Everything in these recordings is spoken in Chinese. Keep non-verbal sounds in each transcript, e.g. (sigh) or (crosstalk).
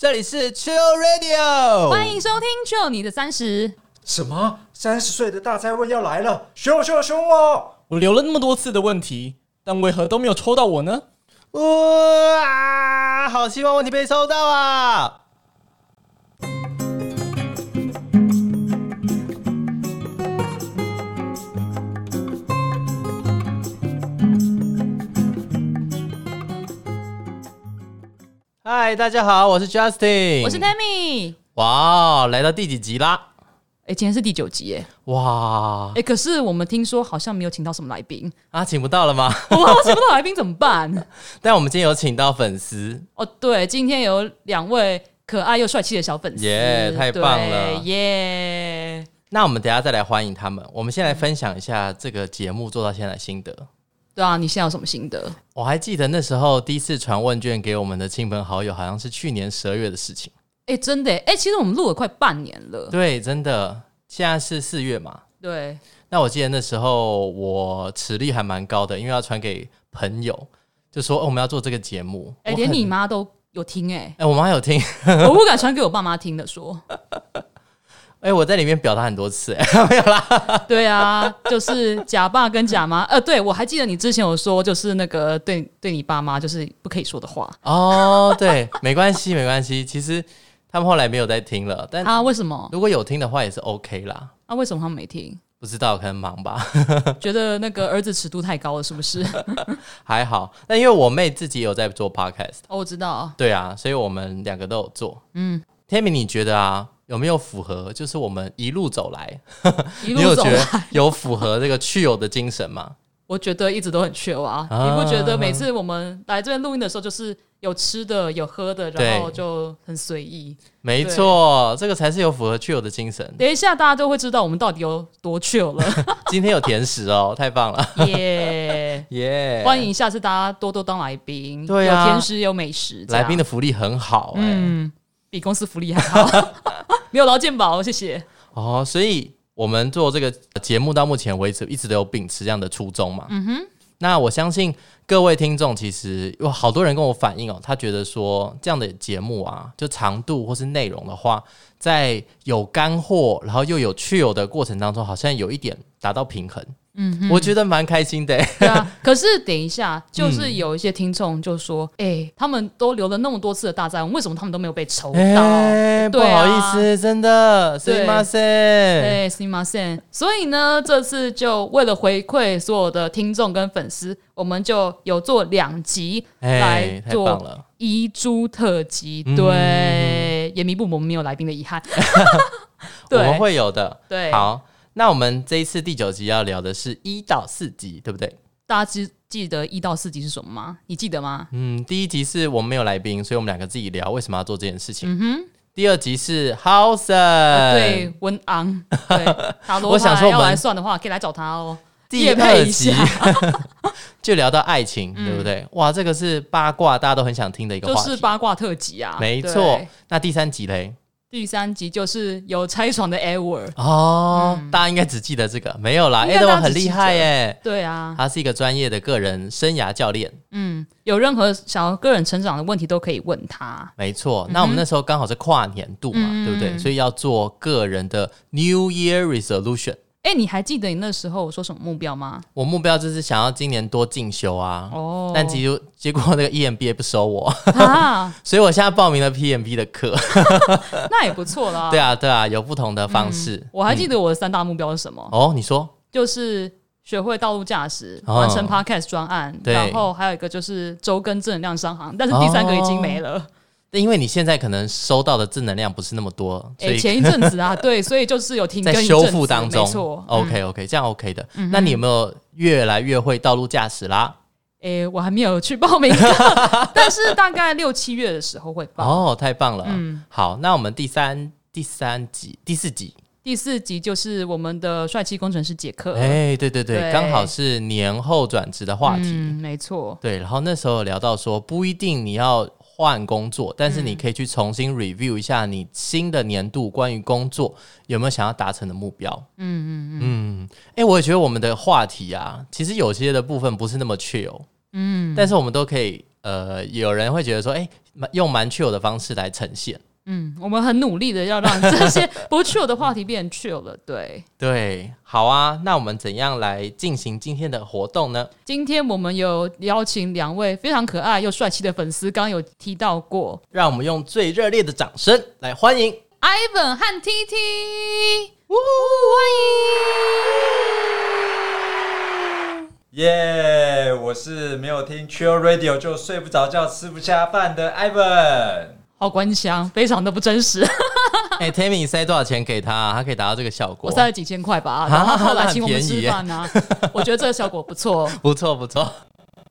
这里是 Chill Radio，欢迎收听《就你的三十》。什么？三十岁的大灾问要来了，凶凶凶哦！我留了那么多次的问题，但为何都没有抽到我呢？哇，好希望问题被抽到啊！嗨，大家好，我是 Justin，我是 Tammy。哇，来到第几集啦？哎，今天是第九集耶！哇，哎，可是我们听说好像没有请到什么来宾， (laughs) 啊，请不到了吗？我们请不到来宾怎么办？但我们今天有请到粉丝，哦，对，今天有两位可爱又帅气的小粉丝，耶太棒了对耶！那我们等一下再来欢迎他们。我们先来分享一下这个节目做到现在的心得。对啊，你现在有什么心得？我还记得那时候第一次传问卷给我们的亲朋好友，好像是去年十二月的事情。哎，真的耶，哎，其实我们录了快半年了，对，真的，现在是四月嘛。对，那我记得那时候我实力还蛮高的，因为要传给朋友，就说、哦、我们要做这个节目。哎，我连很你？妈都有 (laughs)，听哎哎、我妈有听，我不敢传给我爸妈听的说，哎、我在里面表达很多次、哎，对啊，就是假爸跟假妈，呃，对我还记得你之前有说，就是那个对对你爸妈就是不可以说的话哦，对，没关系，没关系。其实他们后来没有再听了，但啊？为什么如果有听的话也是 OK 啦。啊？为什么他们没听？不知道，可能忙吧。觉得那个儿子尺度太高了，是不是？ (laughs) 还好，那因为我妹自己有在做 podcast，哦，我知道，对啊，所以我们两个都有做。嗯，Tammy，你觉得啊，有没有符合？就是我们一路走来，一你路有走觉来，得有符合这个去友的精神吗？ (laughs) 我觉得一直都很缺啊。啊你不觉得每次我们来这边录音的时候，就是有吃的，有喝的，对然后就很随意。没错，这个才是有符合去友的精神。等一下大家都会知道我们到底有多缺了，今天有甜食哦，太棒了，耶！耶、欢迎下次大家多多当来宾，对啊有甜食有美食，这来样宾的福利很好、哎、嗯，比公司福利还好。 (laughs) 没有劳健保，谢谢。哦，所以我们做这个节目到目前为止，一直都有秉持这样的初衷嘛。嗯哼。那我相信各位听众，其实有好多人跟我反映哦，他觉得说这样的节目啊，就长度或是内容的话，在有干货，然后又有趣友的过程当中，好像有一点达到平衡。嗯，我觉得蛮开心的、对啊，可是等一下，就是有一些听众就说：“哎、他们都留了那么多次的大灾问，为什么他们都没有被抽到？”欸不对啊好意思，真的，すいません。对，すみません。所以呢，这次就为了回馈所有的听众跟粉丝，我们就有做两集来哎，太棒做了。遗珠特辑，嗯对，也弥补我们没有来宾的遗憾。我对们会有的。对，，好，那我们这一次第九集要聊的是一到四集，对不对？大家记记得一到四集是什么吗？你记得吗？嗯，第一集是我们没有来宾，所以我们两个自己聊为什么要做这件事情。第二集是 Housen，、嗯对，文昂， (laughs) 对，塔罗哎我想牌说我要们来算的话，可以来找他哦。第业配二一集下 (laughs) 就聊到爱情，对不对？哇，这个是八卦，大家都很想听的一个就话题。是八卦特辑啊，没对错。那第三集嘞？第三集就是有拆床的 Edward，哦，大家应该只记得这个，没有啦。嗯应该大 Edward 家只很记厉得害耶，对啊，他是一个专业的个人生涯教练。嗯，有任何想要个人成长的问题都可以问他。没错，那我们那时候刚好是跨年度嘛，嗯对不对？所以要做个人的 New Year Resolution。哎、你还记得你那时候我说什么目标吗？我目标就是想要今年多进修啊，哦，但结果结果那个 E EMBA 不收我， (laughs) 啊，所以我现在报名了 PMB 的课。哦那也不错 (laughs) 啦。对啊，对啊，有不同的方式。我还记得我的三大目标是什么，哦，你说就是学会道路驾驶，哦完成 podcast 专案，对哦然后还有一个就是周更正能量商行，但是第三个已经没了。那因为你现在可能收到的正能量不是那么多，哎、所以前一阵子啊，对，所以就是有停在更一阵修子复当中哦没错。嗯，OK OK，这样 OK 的。那你有没有越来越会道路驾驶啦？哎、我还没有去报名， (laughs) 但是大概六七月的时候会报。哦，太棒了。好，那我们第三第三集第四集，第四集就是我们的帅气工程师杰 (laughs) 克，哎，对对对，对刚好是年后转职的话题。嗯，没错，对，然后那时候有聊到说，不一定你要换工作，但是你可以去重新 review 一下你新的年度关于工作有没有想要达成的目标。嗯嗯嗯。嗯，哎、我也觉得我们的话题啊，其实有些的部分不是那么确哦。嗯，但是我们都可以呃，有人会觉得说，哎、蛮用蛮趣有的方式来呈现。嗯，我们很努力的要让这些 (laughs) 不 chill 的话题变 chill 了。对，对，好啊，那我们怎样来进行今天的活动呢？今天我们有邀请两位非常可爱又帅气的粉丝，刚刚有提到过让我们用最热烈的掌声来欢迎。 Ivan 和 TT，呜，欢迎！耶我是没有听 Chill Radio 就睡不着觉、吃不下饭的 Ivan。好官腔，非常的不真实。哎、t a m m y 塞多少钱给他、啊？他可以达到这个效果啊我。塞了几千块吧，然后他后来请我们吃饭啊， (laughs) 我觉得这个效果不 (laughs) 错。哦不错不错，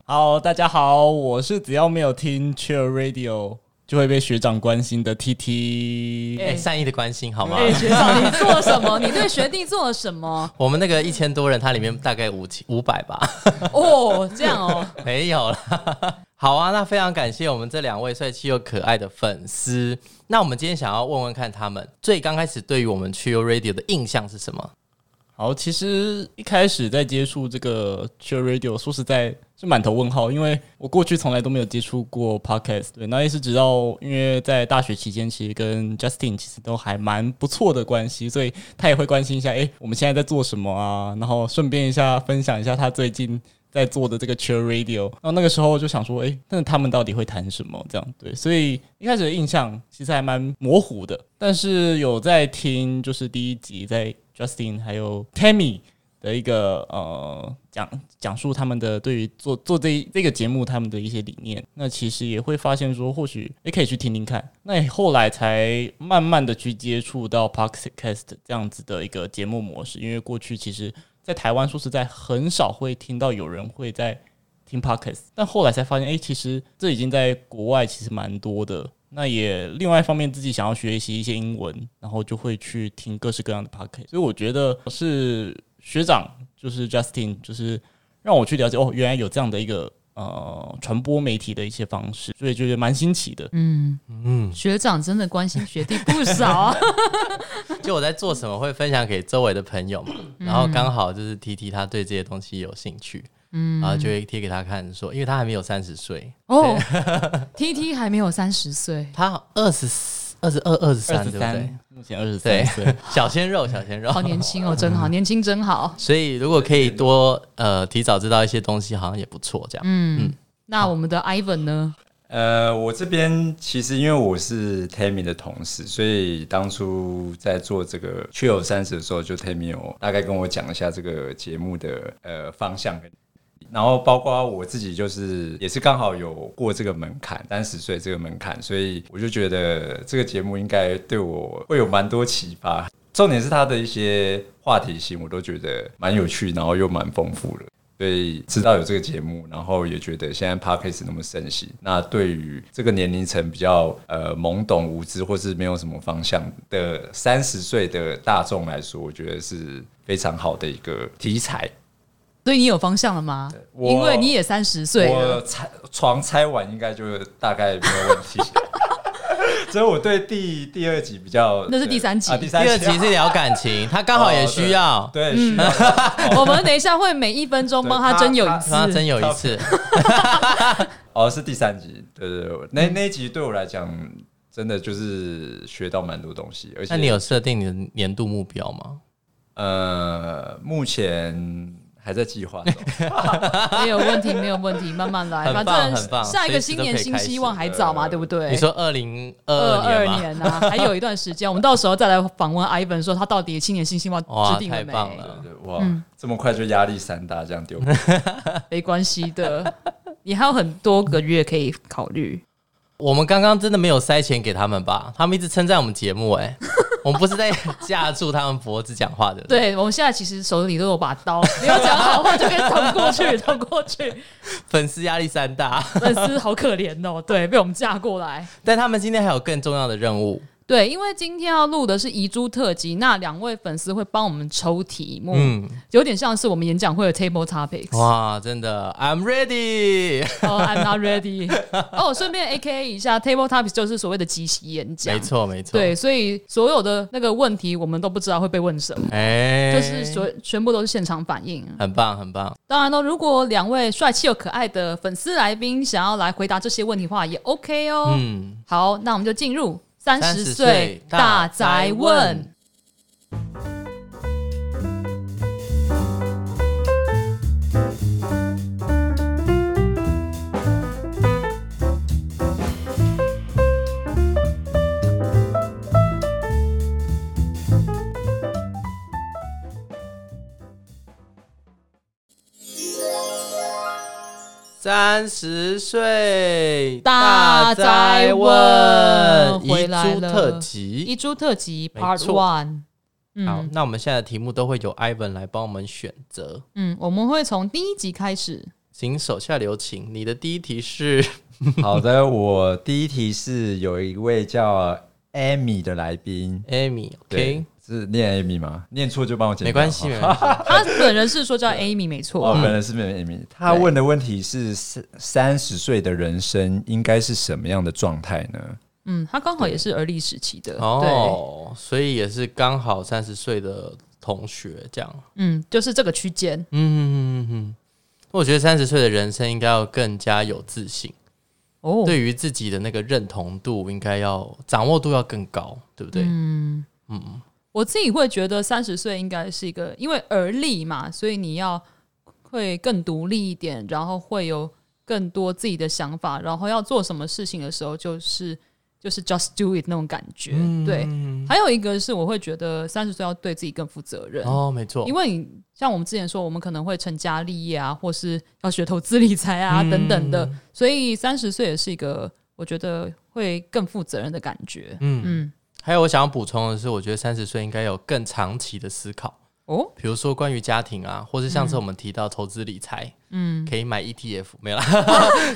好，大家好，我是只要没有听 Chill Radio 就会被学长关心的 TT。哎、哎善意的关心好吗？哎，学长，你做了什么？ (laughs) 你对学弟做了什么？我们那个一千多人，它里面大概五千五百吧， (laughs) 哦，这样哦，没有啦。好啊，那非常感谢我们这两位帅气又可爱的粉丝。那我们今天想要问问看他们最刚开始对于我们去 U Radio 的印象是什么？好，其实一开始在接触这个 Chill Radio，说实在是满头问号，因为我过去从来都没有接触过 Podcast。对，那也是直到因为在大学期间，其实跟 Justin 其实都还蛮不错的关系，所以他也会关心一下，诶，我们现在在做什么啊？然后顺便一下分享一下他最近。在做的这个 Chill Radio，然后那个时候就想说，诶，那他们到底会谈什么？这样对，所以一开始的印象其实还蛮模糊的，但是有在听，就是第一集在 Justin 还有 Tammy 的一个呃讲讲述他们的对于做做这一这个节目他们的一些理念。那其实也会发现说，或许也可以去听听看。那也后来才慢慢的去接触到 Podcast 这样子的一个节目模式，因为过去其实，在台湾说实在很少会听到有人会在听 Podcast，但后来才发现，哎、其实这已经在国外其实蛮多的。那也另外一方面，自己想要学习一些英文，然后就会去听各式各样的 podcast。所以我觉得是学长，就是 Justin，就是让我去了解哦，原来有这样的一个呃传播媒体的一些方式，所以觉得蛮新奇的。嗯，嗯，学长真的关心学弟不 (laughs) 少啊。就我在做什么会分享给周围的朋友嘛，嗯然后刚好就是 T T 他对这些东西有兴趣，嗯，然后就会贴给他看说，因为他还没有三十岁，哦，T T 还没有三十 (laughs) 岁，他二十二十二、二十三，对不对？ 23，目前二十对 (laughs) 三岁，小鲜肉，小鲜肉好。年轻哦，真嗯好，年轻真好。所以如果可以多呃提早知道一些东西，好像也不错。这样，嗯，那我们的 Ivan 呢？呃，我这边其实因为我是 Tammy 的同事，所以当初在做这个 Chill 三十的时候，就 Tammy 有大概跟我讲一下这个节目的呃方向跟。然后包括我自己，就是也是刚好有过这个门槛，三十岁这个门槛，所以我就觉得这个节目应该对我会有蛮多启发。重点是它的一些话题性，我都觉得蛮有趣，然后又蛮丰富的。所以知道有这个节目，然后也觉得现在 podcast 那么盛行，那对于这个年龄层比较呃懵懂无知或是没有什么方向的三十岁的大众来说，我觉得是非常好的一个题材。所以你有方向了吗？我因为你也三十岁啊我了，猜床猜完应该就大概没有问 (laughs) 题。所以我对第第二集比较，那是第三集啊、第第三二集是啊聊感情，他刚好也需要，嗯哦对，对需要我们等一下会每一分钟帮他对真有一他次。让他真有一次。哦，是第三集，对对对，嗯那那一集对我来讲，真的就是学到蛮多东西，而且那你有设定你的年度目标吗？呃，目前还在 (laughs) 计划中，没有问题，没有问题，慢慢来。很反棒很正棒下一个新年随时都新可以希望还早嘛，对不对？你说二零二二二二年吗？年 (laughs) 啊，还有一段时间，我们到时候再来访问 Ivan，说他到底新年新希望哇制定了太棒没了？对对哇，这么快就压力山大，这样 (laughs) 丢。没关系的，你还有很多个月可以考 (laughs) 虑。我们刚刚真的没有塞钱给他们吧？他们一直称赞我们节目、 (laughs) 哎，我们不是在架住他们脖子讲话的。，对，我们现在其实手里都有把刀，你要讲好话就可以捅过去，捅过去。 (laughs) 粉丝压力山大， (laughs) 粉丝好可怜哦，对，被我们架过来。但他们今天还有更重要的任务。对，因为今天要录的是遗珠特辑，那两位粉丝会帮我们抽题目，嗯，有点像是我们演讲会的 table topics。哇，真的，I'm ready，哦、i m not ready。哦，顺便 A K A 一下 table topics 就是所谓的即席演讲，没。错没错，对，，所以所有的那个问题，我们都不知道会被问什么，哎，就是所全部都是现场反应。很棒很棒，当然了，如果两位帅气又可爱的粉丝来宾想要来回答这些问题的话，也 OK 哦。嗯，好，那我们就进入三十30岁大宅问。三十岁大灾灾问问遗回来珠了特遗辑。珠特辑没 Part 错 One。好嗯，那我们现在的题目都会由 Ivan 来帮我们选择。嗯，我们会从第一集开始。请手下留情。你的第一题是好的，我第一题是有一位叫 Amy 的来宾，对 Amy，OK，、是念 Amy 吗？念错就帮我剪掉，没关系，好没关嗯系。他本人是说叫 Amy 没错哦，，本人是没有 Amy，他问的问题是三三十岁的人生应该是什么样的状态呢？嗯，他刚好也是而立时期的，对，哦，所以也是刚好三十岁的同学这样。嗯，就是这个区间，嗯嗯嗯嗯，我觉得三十岁的人生应该要更加有自信，哦，对于自己的那个认同度应该要掌握度要更高，对不对？嗯，我自己会觉得三十岁应该是一个，因为而立嘛，所以你要会更独立一点，然后会有更多自己的想法，然后要做什么事情的时候，就是就是 just do it 那种感觉。嗯对，还有一个是我会觉得三十岁要对自己更负责任。哦，没错因，为你像我们之前说，我们可能会成家立业啊，或是要学投资理财啊、嗯等等的，所以三十岁也是一个我觉得会更负责任的感觉。嗯嗯，还有我想要补充的是，我觉得三十岁应该有更长期的思考，哦，比如说关于家庭啊，或是上次嗯我们提到投资理财，嗯，可以买 ETF 没有啦，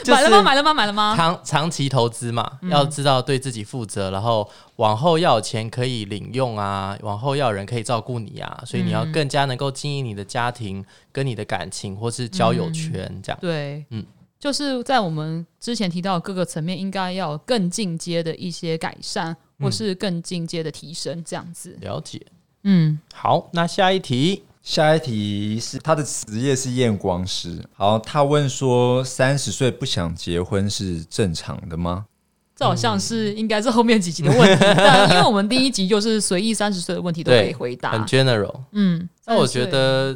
就买了是吗？买了吗？买了吗？长长期投资嘛，要知道对自己负责，然后往后要有钱可以领用啊，往后要有人可以照顾你啊，所以你要更加能够经营你的家庭、跟你的感情或是交友圈这样。对，嗯嗯，就是在我们之前提到的各个层面，应该要有更进阶的一些改善，嗯或是更进阶的提升，这样子。了解。嗯，好，那下一题，下一题是他的职业是验光师，好，他问说三十岁不想结婚是正常的吗？这嗯好像是应该是后面几集的问 (laughs) 题，但因为我们第一集就是随意三十岁的问题都可以对回很答。 general。嗯，那我30岁觉得，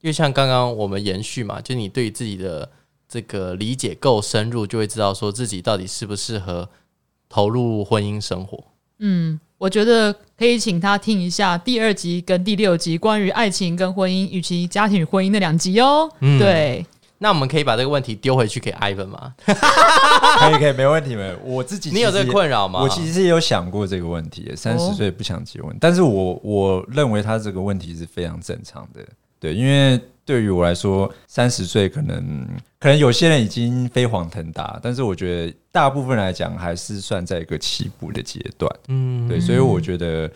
因为像刚刚我们延续嘛，就你对自己的这个理解够深入，就会知道说自己到底适不适合投入婚姻生活。嗯，我觉得可以请他听一下第二集跟第六集关于爱情跟婚姻，与其家庭与婚姻那两集哦。嗯对，那我们可以把这个问题丢回去给 Ivan 吗？ (laughs) 可以可以，没问题没问题。我自己你有其实这个困扰吗？哦我其实也有想过这个问题，三十岁不想结婚，但是我我认为他这个问题是非常正常的，对，因为对于我来说，三十岁可能可能有些人已经飞黄腾达，但是我觉得大部分来讲还是算在一个起步的阶段，嗯，对，所以我觉得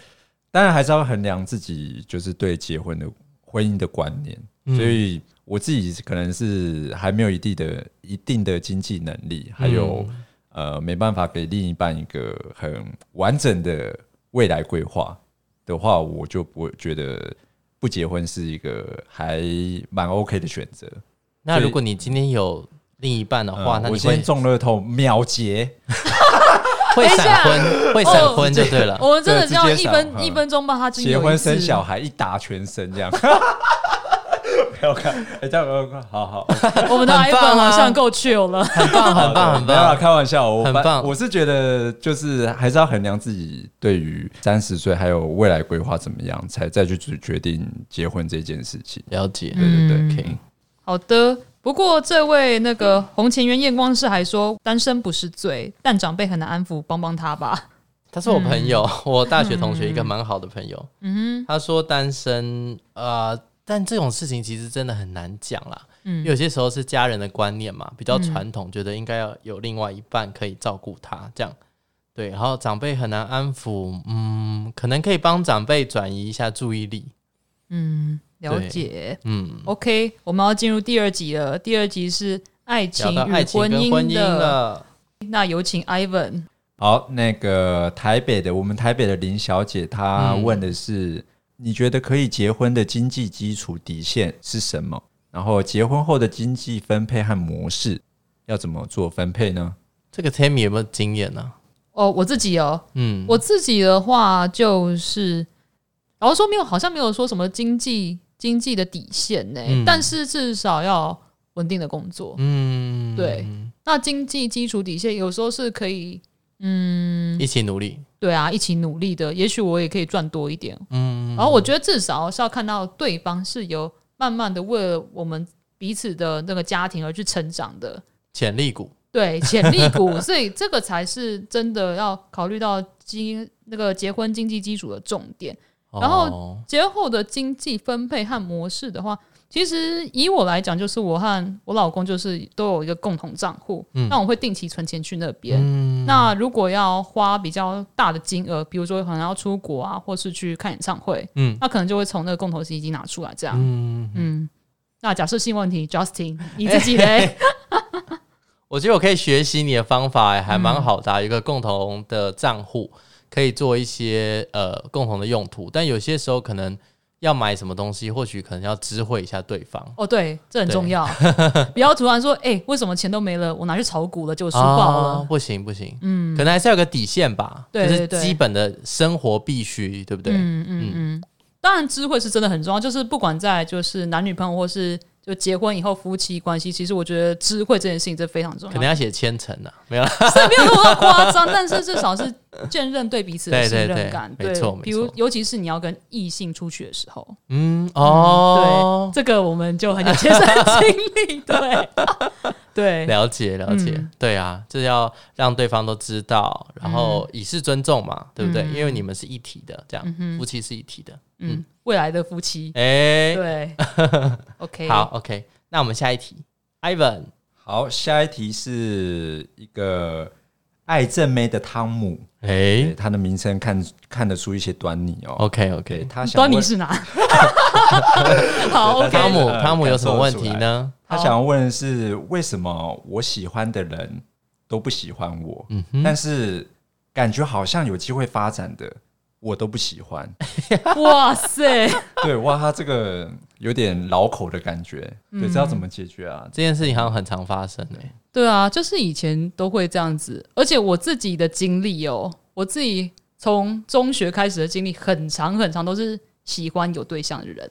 当然还是要衡量自己就是对结婚的婚姻的观念，嗯所以我自己可能是还没有一定的一定的经济能嗯力，还有、呃没办法给另一半一个很完整的未来规划的话，我就不会觉得不结婚是一个还蛮 OK 的选择。那如果你今天有另一半的话，嗯那我你今天会中乐透秒结，会等一闪下婚，会闪哦婚就啊对了。我们真的对这样直一接分上一分钟帮他经营结有一婚生次小孩一打全身这样。 (laughs) 不要看，哎、这样不要看，好好，(laughs) 我们的很 iPhone 棒啊好像够 chill 了。很棒，很棒，很没有啦，棒。开玩笑，我很反棒我是觉得就是还是要衡量自己对于三十岁还有未来规划怎么样，才再去决定结婚这件事情。了解对对对， ，OK，好的，不过这位那个红前缘验光师还说，单身不是罪，但长辈很难安抚，帮帮他吧。 (laughs) 他是我朋友， (laughs) 我大学同学，一个蛮好的朋友。嗯他说单身，呃，但这种事情其实真的很难讲啦。嗯，有些时候是家人的观念嘛，比较传统，觉得应该要有另外一半可以照顾他，这样。对，然后长辈很难安抚，嗯，可能可以帮长辈转移一下注意力，嗯，了解。嗯， OK，我们要进入第二集了。第二集是爱情聊到与爱情跟婚姻姻的。了，那有请 Ivan。好，那个台北的，我们台北的林小姐，她嗯问的是，你觉得可以结婚的经济基础底线是什么？然后结婚后的经济分配和模式要怎么做分配呢？这个 Tammy 有没有经验呢、哦，我自己哦，嗯，我自己的话就是，然后说没有，好像没有说什么经济经济的底线呢、嗯但是至少要稳定的工作。嗯，对，那经济基础底线有时候是可以，一起努力，对啊，一起努力的。也许我也可以赚多一点。嗯，然后我觉得至少是要看到对方是有慢慢的为了我们彼此的那个家庭而去成长的。潜力股，对 (laughs) 潜力股，所以这个才是真的要考虑到经那个结婚经济基础的重点。然后哦结后的经济分配和模式的话，其实以我来讲，就是我和我老公就是都有一个共同账户，嗯那我会定期存钱去那边。嗯，那如果要花比较大的金额，比如说可能要出国啊，或是去看演唱会，嗯那可能就会从那个共同基金拿出来这样。嗯，嗯那假设性问题，Justin，你自己 (laughs) 嘞？我觉得我可以学习你的方法、欸，还蛮好的啊、有一个共同的账户，可以做一些呃共同的用途。但有些时候可能要买什么东西，或许可能要知会一下对方。哦，对，这很重要， (laughs) 不要突然说，哎、为什么钱都没了？我拿去炒股了，结果输爆了。啊不行不行，嗯，可能还是要有个底线吧，对对就对是基本的生活必须，对不对？嗯嗯嗯，当然智慧是真的很重要，就是不管在就是男女朋友或是就结婚以后夫妻关系，其实我觉得智慧这件事情真的非常重可要能，要写千层啊，没有啦，所以没有那么夸张，但是至少是见认对彼此的对信对任对感，没错没比如错尤其是你要跟异性出去的时候，嗯哦对，，这个我们就很有切身经历， (laughs) 对对，了解了解，嗯对啊，这要让对方都知道，然后嗯以示尊重嘛，对不对？因为你们是一体的，这样、夫妻是一体的。嗯，未来的夫妻，哎、 (laughs) 对，OK，好，，OK，那我们下一题，Ivan，好，下一题是一个爱正妹的汤姆，哎、对她的名称看看得出一些端倪哦。 o k 对 OK，她想端问倪 (laughs) 是哪？好对大家汤，OK，姆呃汤姆有感什受么得问出题来呢？他好想要问的是，为什么我喜欢的人都不喜欢我？嗯哼，但是感觉好像有机会发展的，我都不喜 (laughs) 欢。哇塞，对，哇，他这个有点老口的感觉，嗯对，这要怎么解决啊？这件事情好像很常发生哎、对啊，就是以前都会这样子，而且我自己的经历哦，我自己从中学开始的经历很长很长，都是喜欢有对象的人。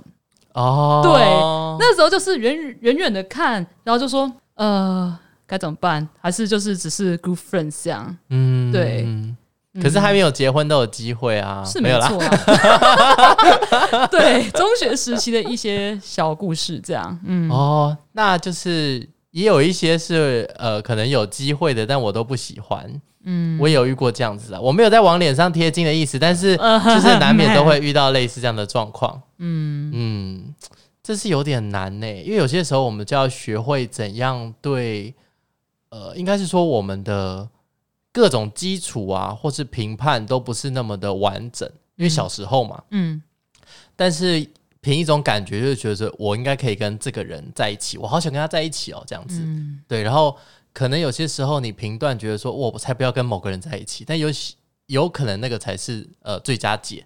哦，那时候就是远远远的看，然后就说呃该怎么办，还是就是只是 good friends 这样，对，嗯对嗯可是还没有结婚都有机会啊，是没没有啦，错、啊。 (laughs) 对，中学时期的一些小故事这样，嗯，哦，那就是也有一些是呃，可能有机会的，但我都不喜欢。嗯，我也有遇过这样子的，我没有在往脸上贴金的意思，但是 (laughs) 就是难免都会遇到类似这样的状况。 (laughs) 嗯嗯，这是有点难呢、欸因为有些时候我们就要学会怎样对，呃，应该是说我们的各种基础啊，或是评判都不是那么的完整，因为小时候嘛，嗯但是凭一种感觉，就是觉得说我应该可以跟这个人在一起，我好想跟他在一起哦，这样子。嗯对，然后可能有些时候你评断觉得说，哇我才不要跟某个人在一起，但有喜有可能那个才是呃最佳解，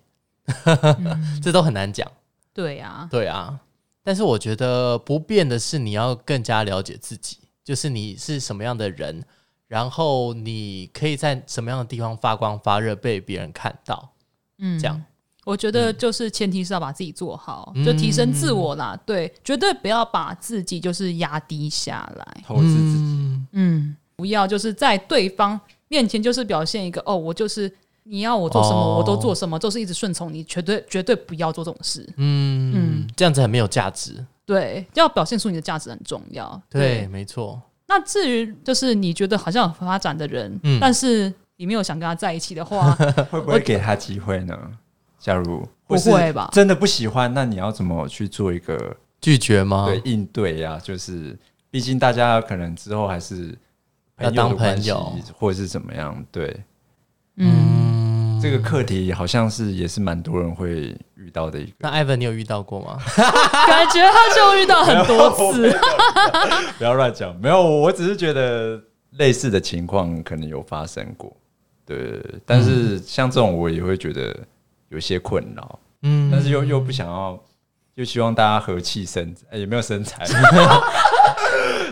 嗯，这都很难讲。对啊，对啊，但是我觉得不变的是你要更加了解自己，就是你是什么样的人，然后你可以在什么样的地方发光发热，被别人看到。嗯，这样嗯我觉得就是前提是要把自己做好，就提升自我嗯啦。对，绝对不要把自己就是压低下来。投资自己，嗯嗯，不要就是在对方面前就是表现一个哦，我就是你要我做什么、哦我都做什么，就是一直顺从你，绝对绝对不要做这种事。嗯嗯这样子很没有价值。对，要表现出你的价值很重要。对，没错。那至于就是你觉得好像有发展的人，嗯但是你没有想跟他在一起的话， (laughs) 会不会给他机会呢？假如不会吧或是真的不喜欢，那你要怎么去做一个拒绝吗？对应对呀、就是毕竟大家可能之后还是要当的关朋系友嗯或者是怎么样，对，这个课题好像是也是蛮多人会遇到的一个。那艾文，你有遇到过吗？感觉他就遇到很多次。 (laughs) 不要乱讲，没有，我只是觉得类似的情况可能有发生过，对。但是像这种我也会觉得有些困扰，嗯，但是又又不想要，又希望大家和气生财，哎也没有生财， (laughs)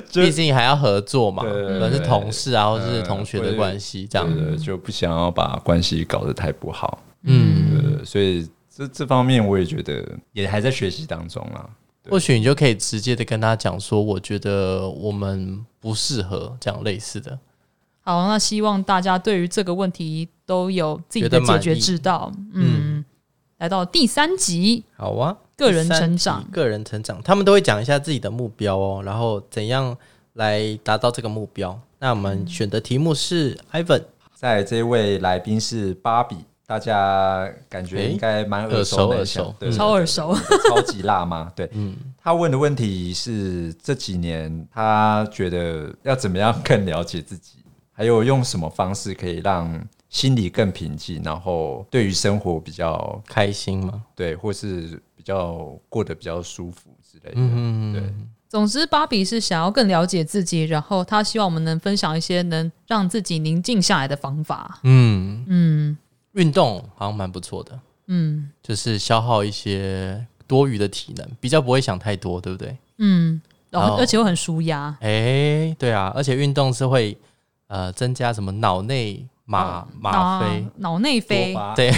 就毕竟还要合作嘛，对对对无论是同事啊，或者是嗯同学的关系，这样对对，就不想要把关系搞得太不好，嗯，对。所以这这方面我也觉得也还在学习当中啦。对或许你就可以直接的跟他讲说，我觉得我们不适合这样类似的。好，那希望大家对于这个问题都有自己觉得的解满决意之道。嗯，来到第三集，好啊，个人第三成题长个人成长，他们都会讲一下自己的目标哦，然后怎样来达到这个目标。那我嗯们选的题目是 Ivan，在这位来宾是芭比，大家感觉应该蛮耳熟能详诶，对超耳熟，超级辣 (laughs) 妈。对，嗯他问的问题是这几年他觉得要怎么样更了解自己，还有用什么方式可以让心里更平静，然后对于生活比较开心吗？对，或是比较过得比较舒服之类的。嗯，对，总之，芭比是想要更了解自己，然后她希望我们能分享一些能让自己宁静下来的方法。嗯，嗯运动好像蛮不错的，嗯就是消耗一些多余的体能，比较不会想太多，对不对？嗯，然后哦而且又很舒压，哎、对啊，而且运动是会呃增加什么脑内吗吗啡。啊脑内啡。巴对，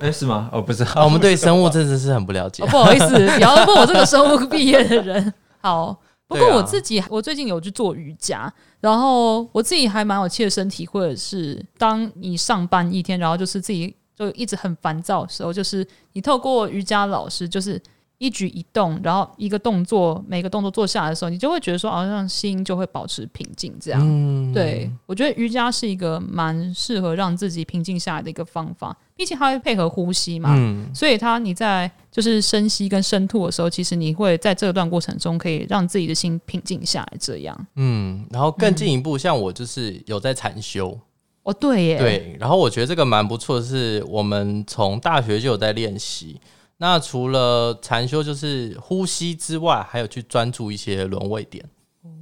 哎，是吗？哦，不是，啊，我们对生物真的是很不了解哦，。不好意 (laughs) 思，也要问我这个生物毕业的人。好，不过对啊我自己，我最近有去做瑜伽，然后我自己还蛮有切身体会的是，当你上班一天，然后就是自己就一直很烦躁的时候，就是你透过瑜伽老师，就是一举一动，然后一个动作，每个动作做下来的时候，你就会觉得说，好像心就会保持平静这样。嗯，对，我觉得瑜伽是一个蛮适合让自己平静下来的一个方法，毕竟它会配合呼吸嘛。嗯，所以它你在就是深吸跟深吐的时候，其实你会在这段过程中可以让自己的心平静下来。这样嗯，然后更进一步，像我就是有在禅修，哦，对耶，，对，然后我觉得这个蛮不错的是，我们从大学就有在练习。那除了禅修，就是呼吸之外，还有去专注一些轮位点，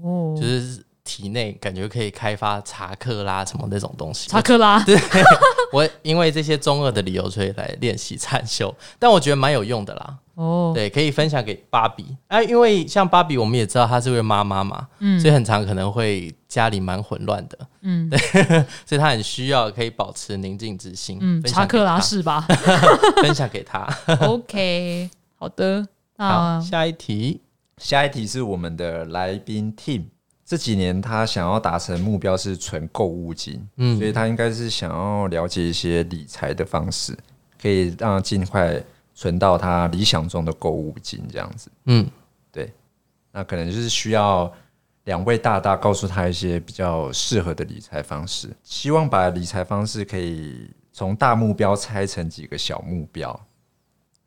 哦就，是体内感觉可以开发查克拉什么那种东西。查克拉， (laughs) 我因为这些中二的理由，所以来练习禅修，但我觉得蛮有用的啦。哦，对，可以分享给芭比。哎、因为像芭比，我们也知道她是位妈妈嘛，所以很常可能会家里蛮混乱的， (laughs) 嗯所以她很需要可以保持宁静之心。嗯，分享查克给拉她是吧分享给 (laughs) 她。 ？OK，好的，好，那下一题， (laughs) 下一题是我们的来宾 Tim，这几年他想要达成目标是存购物金，嗯所以他应该是想要了解一些理财的方式，可以让他尽快存到他理想中的购物金这样子。嗯，那可能就是需要两位大大告诉他一些比较适合的理财方式，希望把理财方式可以从大目标拆成几个小目标。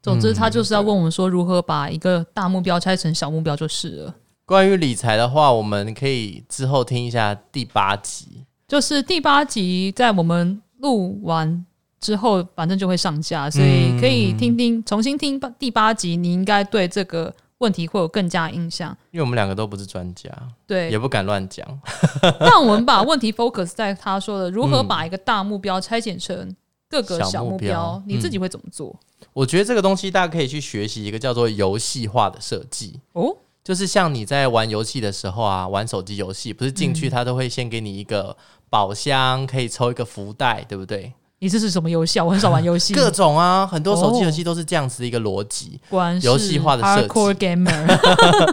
总之他就是要问我们说如何把一个大目标拆成小目标就是了。关于理财的话，我们可以之后听一下第八集。就是第八集在我们录完之后，反正就会上架，所以可以听听、重新听吧第八集，你应该对这个问题会有更加印象。因为我们两个都不是专家，也对，不敢乱讲。 (laughs) 那我们把问题 focus 在他说的如何把一个大目标拆解成各个嗯小小目目标你自己会怎么做？我觉得这个东西大家可以去学习一个叫做游戏化的设计，哦，就是像你在玩游戏的时候啊，玩手机游戏，不是进去它都会先给你一个宝箱，可以抽一个福袋，对不对？你这是什么游戏啊？我很少玩游戏，各种啊，很多手机游戏都是这样子的一个逻辑。果然是游戏化的设计 (laughs) hardcore gamer。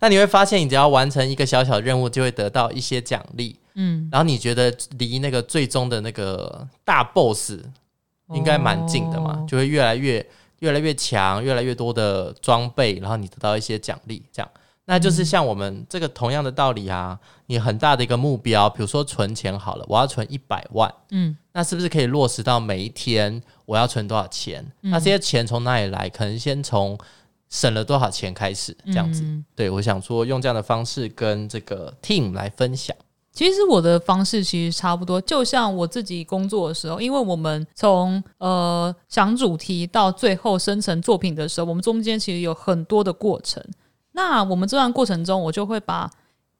那你会发现，你只要完成一个小小任务，就会得到一些奖励。嗯，然后你觉得离那个最终的那个大 boss 应该蛮近的嘛，哦就会越来越越来越强，越来越多的装备，然后你得到一些奖励，这样。那嗯就是像我们这个同样的道理啊，你很大的一个目标，比如说存钱好了，我要存一百万，嗯，那是不是可以落实到每一天我要存多少钱？嗯那这些钱从哪里来？可能先从省了多少钱开始，这样子。嗯对我想说，用这样的方式跟这个 team 来分享。其实我的方式其实差不多，就像我自己工作的时候，因为我们从呃想主题到最后生成作品的时候，我们中间其实有很多的过程。那我们这段过程中，我就会把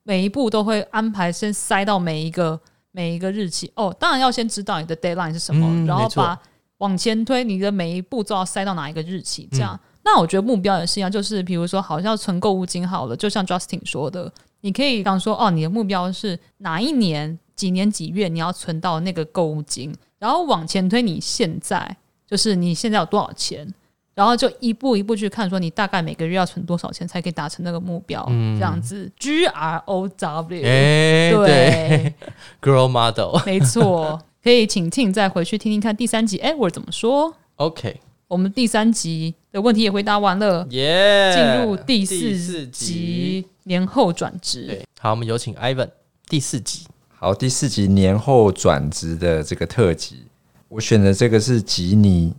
每一步都会安排先塞到每一个每一个日期。哦，当然要先知道你的 deadline 是什么，嗯然后没错把往前推你的每一步都要塞到哪一个日期，这样。那我觉得目标也是一样，就是比如说，好像存购物金好了，就像 Justin 说的，你可以讲说，哦，你的目标是哪一年几年几月你要存到那个购物金，然后往前推你现在就是你现在有多少钱，然后就一步一步去看，说你大概每个月要存多少钱才可以达成那个目标，这样子 G R O W，、哎、对 (laughs) 对，girl model。 (laughs) 没错，可以请 Tim 再回去听听看第三集，哎，我怎么说？ OK，我们第三集的问题也回答完了，耶、进入第第四四集集年后转职。对，好，我们有请 Ivan 第四集。好，第四集年后转职的这个特辑，我选的这个是吉尼，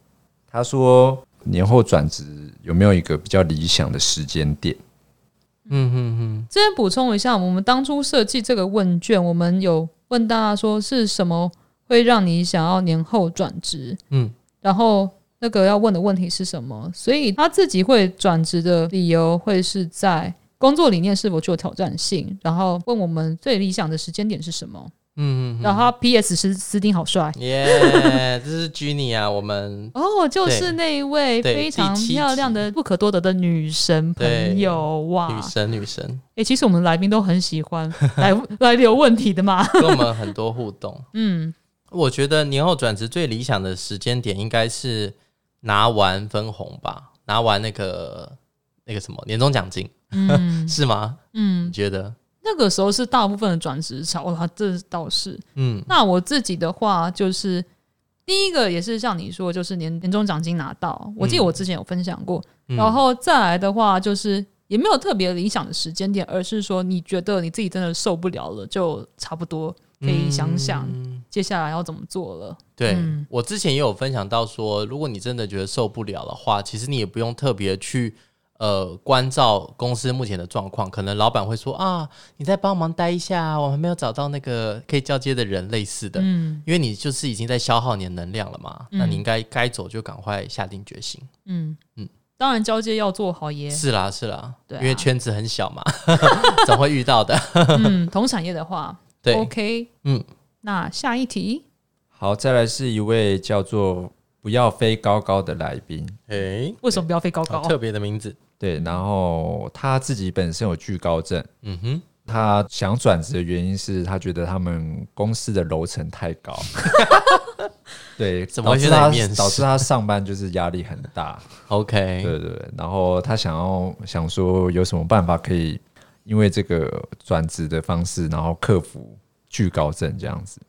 他说年后转职有没有一个比较理想的时间点？嗯哼哼，这边补充一下，我们当初设计这个问卷，我们有问大家说是什么会让你想要年后转职，嗯，然后那个要问的问题是什么，所以他自己会转职的理由会是在工作理念是否具有挑战性，然后问我们最理想的时间点是什么，嗯哼然后他 P.S. 是斯丁好帅。哼，耶、这是 Jenny 啊，我们哦，就是对那一位对非常第七集漂亮的、不可多得的女神朋友哇！女神女神诶，其实我们来宾都很喜欢来 (laughs) 来留问题的嘛。跟我们很多互动。嗯，我觉得年后转职最理想的时间点应该是拿完分红吧，拿完那个那个什么年终奖金、嗯 (laughs) 是吗？你嗯，觉得？那个时候是大部分的转职潮啦，这倒是。嗯那我自己的话，就是第一个也是像你说，就是年年终奖金拿到，我记嗯得我之前有分享过。嗯然后再来的话，就是也没有特别理想的时间点，而是说你觉得你自己真的受不了了，就差不多可以想想嗯接下来要怎么做了。对、嗯我之前也有分享到说，如果你真的觉得受不了的话，其实你也不用特别去呃关照公司目前的状况，可能老板会说啊，你再帮忙待一下，啊我还没有找到那个可以交接的人，类似的。嗯因为你就是已经在消耗你的能量了嘛，嗯那你应该该走就赶快下定决心。嗯嗯嗯，当然交接要做 (laughs) 好耶。是啦，是啦，对啊因为圈子很小嘛， (laughs) 总会遇 (laughs) 到的。嗯，同产业的话对， ，OK。嗯，那下一题，好，再来是一位叫做“不要飞高高”的来宾，诶、为什么不要飞高高哎好？特别的名字，对，然后他自己本身有惧高症，嗯哼，他想转职的原因是他觉得他们公司的楼层太 (laughs) 高，对，怎么导会致去那里他面试导致他上班就是压力很大，对 OK，对对，然后他想要想说有什么办法可以因为这个转职的方式，然后克服惧高症这样子。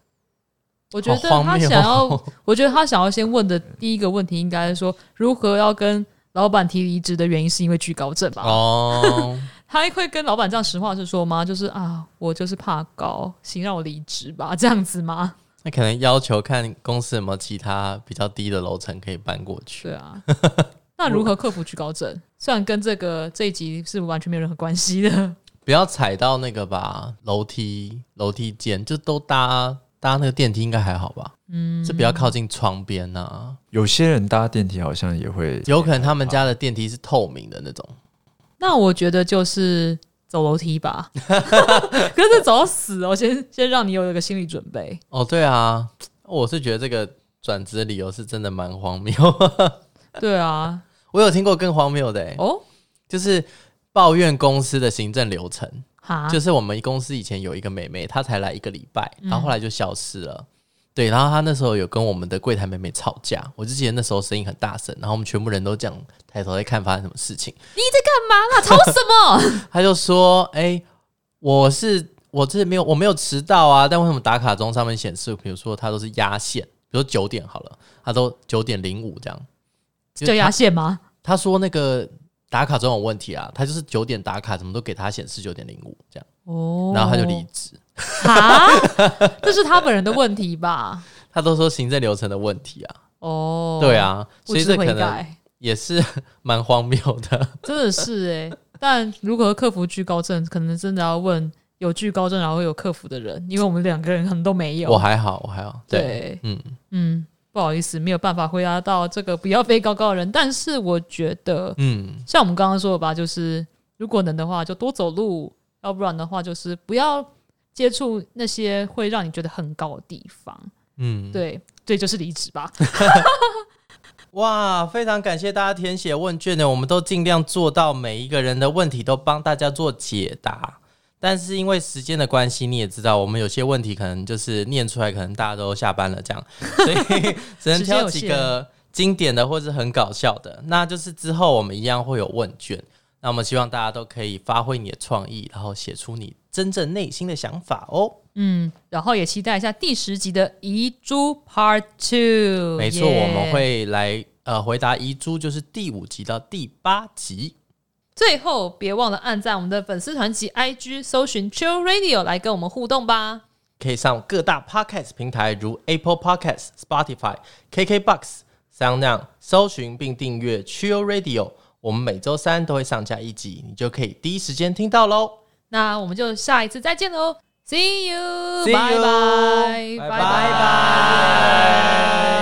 我觉得好他荒谬想要 (laughs) 哦，我觉得他想要先问的第一个问题应该是说，如何要跟老板提离职的原因是因为惧高症吧？哦，他会跟老板这样实话实说吗？就是啊，我就是怕高，行，让我离职吧， (laughs) 这样子吗？那可能要求看公司有没有其他比较低的楼层可以搬过去。对啊。那如何克服惧高症？虽然跟这个这一集是完全没有任何关系的。 (laughs) 不要踩到那个吧，楼梯楼梯间就都搭搭那个电梯应该还好吧？嗯，是比较靠近窗边呐、啊，有些人搭电梯好像也会，有可能他们家的电梯是透明的那种。那我觉得就是走楼梯吧， (laughs) 可是走到死哦，先先让你有一个心理准备。哦，对啊，我是觉得这个转职的理由是真的蛮荒谬。 (laughs) 对啊，我有听过更荒谬的、欸，哦，就是抱怨公司的行政流程。哈，就是我们公司以前有一个妹妹，她才来一个礼拜，啊嗯然后后来就消失了。对，然后她那时候有跟我们的柜台妹妹吵架，我就记得那时候声音很大声，然后我们全部人都这样抬头在看发生什么事情。你在干嘛啦？吵什么？她就说：“哎、我是我这没有我没有迟到啊，但为什么打卡钟上面显示，比如说她都是压线，比如九点好了，她都九点零五这样，就就压线吗？他说那个打卡总有问题啊，他就是九点打卡，怎么都给他显示九点零五这样，哦，然后他就离职。哈， (laughs) 这是他本人的问题吧？他都说行政流程的问题啊，哦，对，啊，无所以知这悔可能改，也是 (laughs) 蛮荒谬的。欸真的是哎、但如何克服惧高症，可能真的要问有惧高症然后有克服的人，因为我们两个人可能都没有。我还好，我还好，对，对，嗯嗯，不好意思，没有办法回答到这个不要飞高高的人，但是我觉得，嗯，像我们刚刚说的吧，就是如果能的话，就多走路；要不然的话，就是不要接触那些会让你觉得很高的地方。嗯，对，对，就是离职吧。哇，非常感谢大家填写问卷呢，我们都尽量做到每一个人的问题都帮大家做解答。但是因为时间的关系，你也知道，我们有些问题可能就是念出来，可能大家都下班了这样， (laughs) 所以只能挑几个经典的或是很搞笑的。那就是之后我们一样会有问卷，那我们希望大家都可以发挥你的创意，然后写出你真正内心的想法哦。嗯，然后也期待一下第十集的遗珠 Part Two。没错，哦耶我们会来呃回答遗珠，就是第五集到第八集。最后别忘了按赞我们的粉丝团及 IG，搜寻 Chill Radio 来跟我们互动吧。可以上各大 podcast 平台，如 Apple Podcast、Spotify、KKBox、SoundOn 搜寻并订阅 Chill Radio。我们每周三都会上架一集，你就可以第一时间听到喽。那我们就下一次再见喽，See you， See you，拜拜，拜拜拜拜。